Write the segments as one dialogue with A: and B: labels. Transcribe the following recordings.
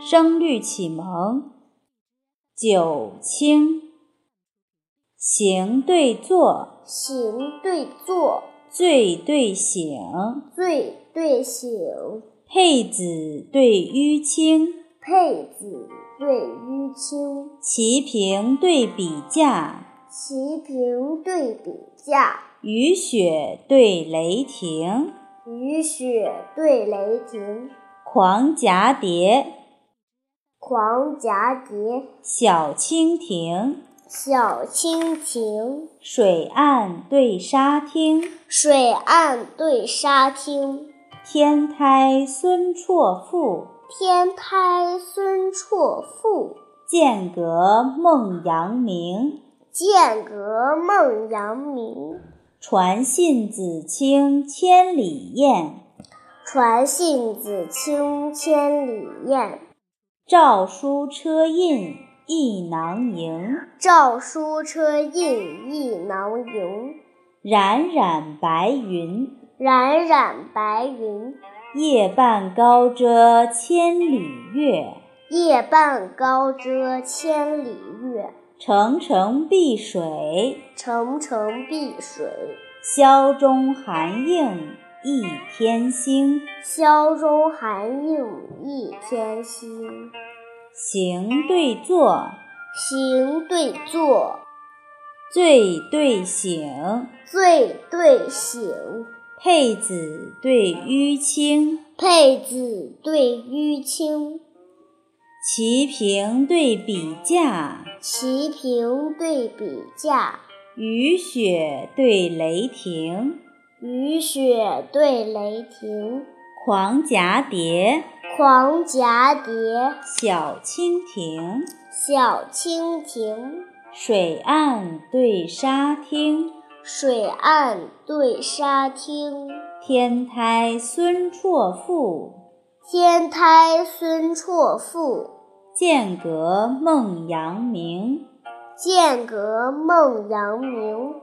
A: 声律启蒙，九清，行对坐，
B: 行对坐，
A: 醉对醒，
B: 醉对醒，
A: 佩子对淤青，
B: 佩子对淤青，
A: 齐平对比价，
B: 齐平对比价，
A: 雨雪对雷霆，
B: 雨雪对雷霆，
A: 狂蛱蝶，
B: 狂蛱蝶，
A: 小蜻蜓，
B: 小蜻蜓，
A: 水岸对沙汀，
B: 水岸对沙汀，
A: 天台孙绰赋，
B: 天台孙绰赋，
A: 剑阁梦阳明。
B: 剑阁梦阳明。
A: 传信子清千里雁，
B: 传信子清千里雁，
A: 诏书车印一囊萤。
B: 诏书车印一囊萤。
A: 冉冉白云，
B: 冉冉白云，
A: 夜半高遮千里月。
B: 夜半高遮千里月。
A: 澄澄碧水，
B: 澄澄碧水，
A: 宵中寒映一天星。
B: 宵中寒映一天星。
A: 行对坐，
B: 行对坐，
A: 醉对醒，
B: 醉对醒，
A: 佩子对淤青，
B: 佩子对淤青，
A: 齐平对比价，
B: 齐平对比价，
A: 雨雪对雷霆，
B: 雨雪对雷霆，
A: 狂蛱蝶，
B: 狂蛱蝶，
A: 小蜻蜓，
B: 小蜻蜓，
A: 水岸对沙汀，
B: 水岸对沙汀，
A: 天台孙绰赋，
B: 天台孙绰赋，
A: 剑阁梦阳明。
B: 剑阁梦阳明。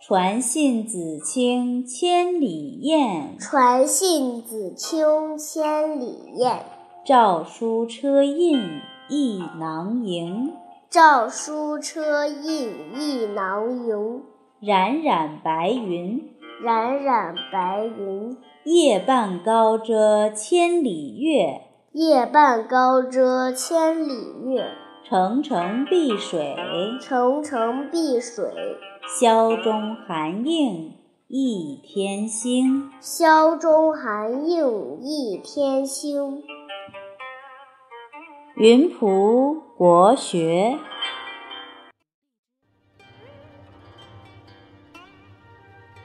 A: 传信子清千里雁，
B: 传信子清千里雁，
A: 诏书车印一囊萤。
B: 诏书车印一囊萤。
A: 冉冉白云，
B: 冉冉白云，
A: 夜半高遮千里月。
B: 夜半高遮千里月。
A: 澄澄碧水，
B: 澄澄碧水，
A: 宵中寒映一天星。
B: 宵中寒映一天星。
A: 云浦国学。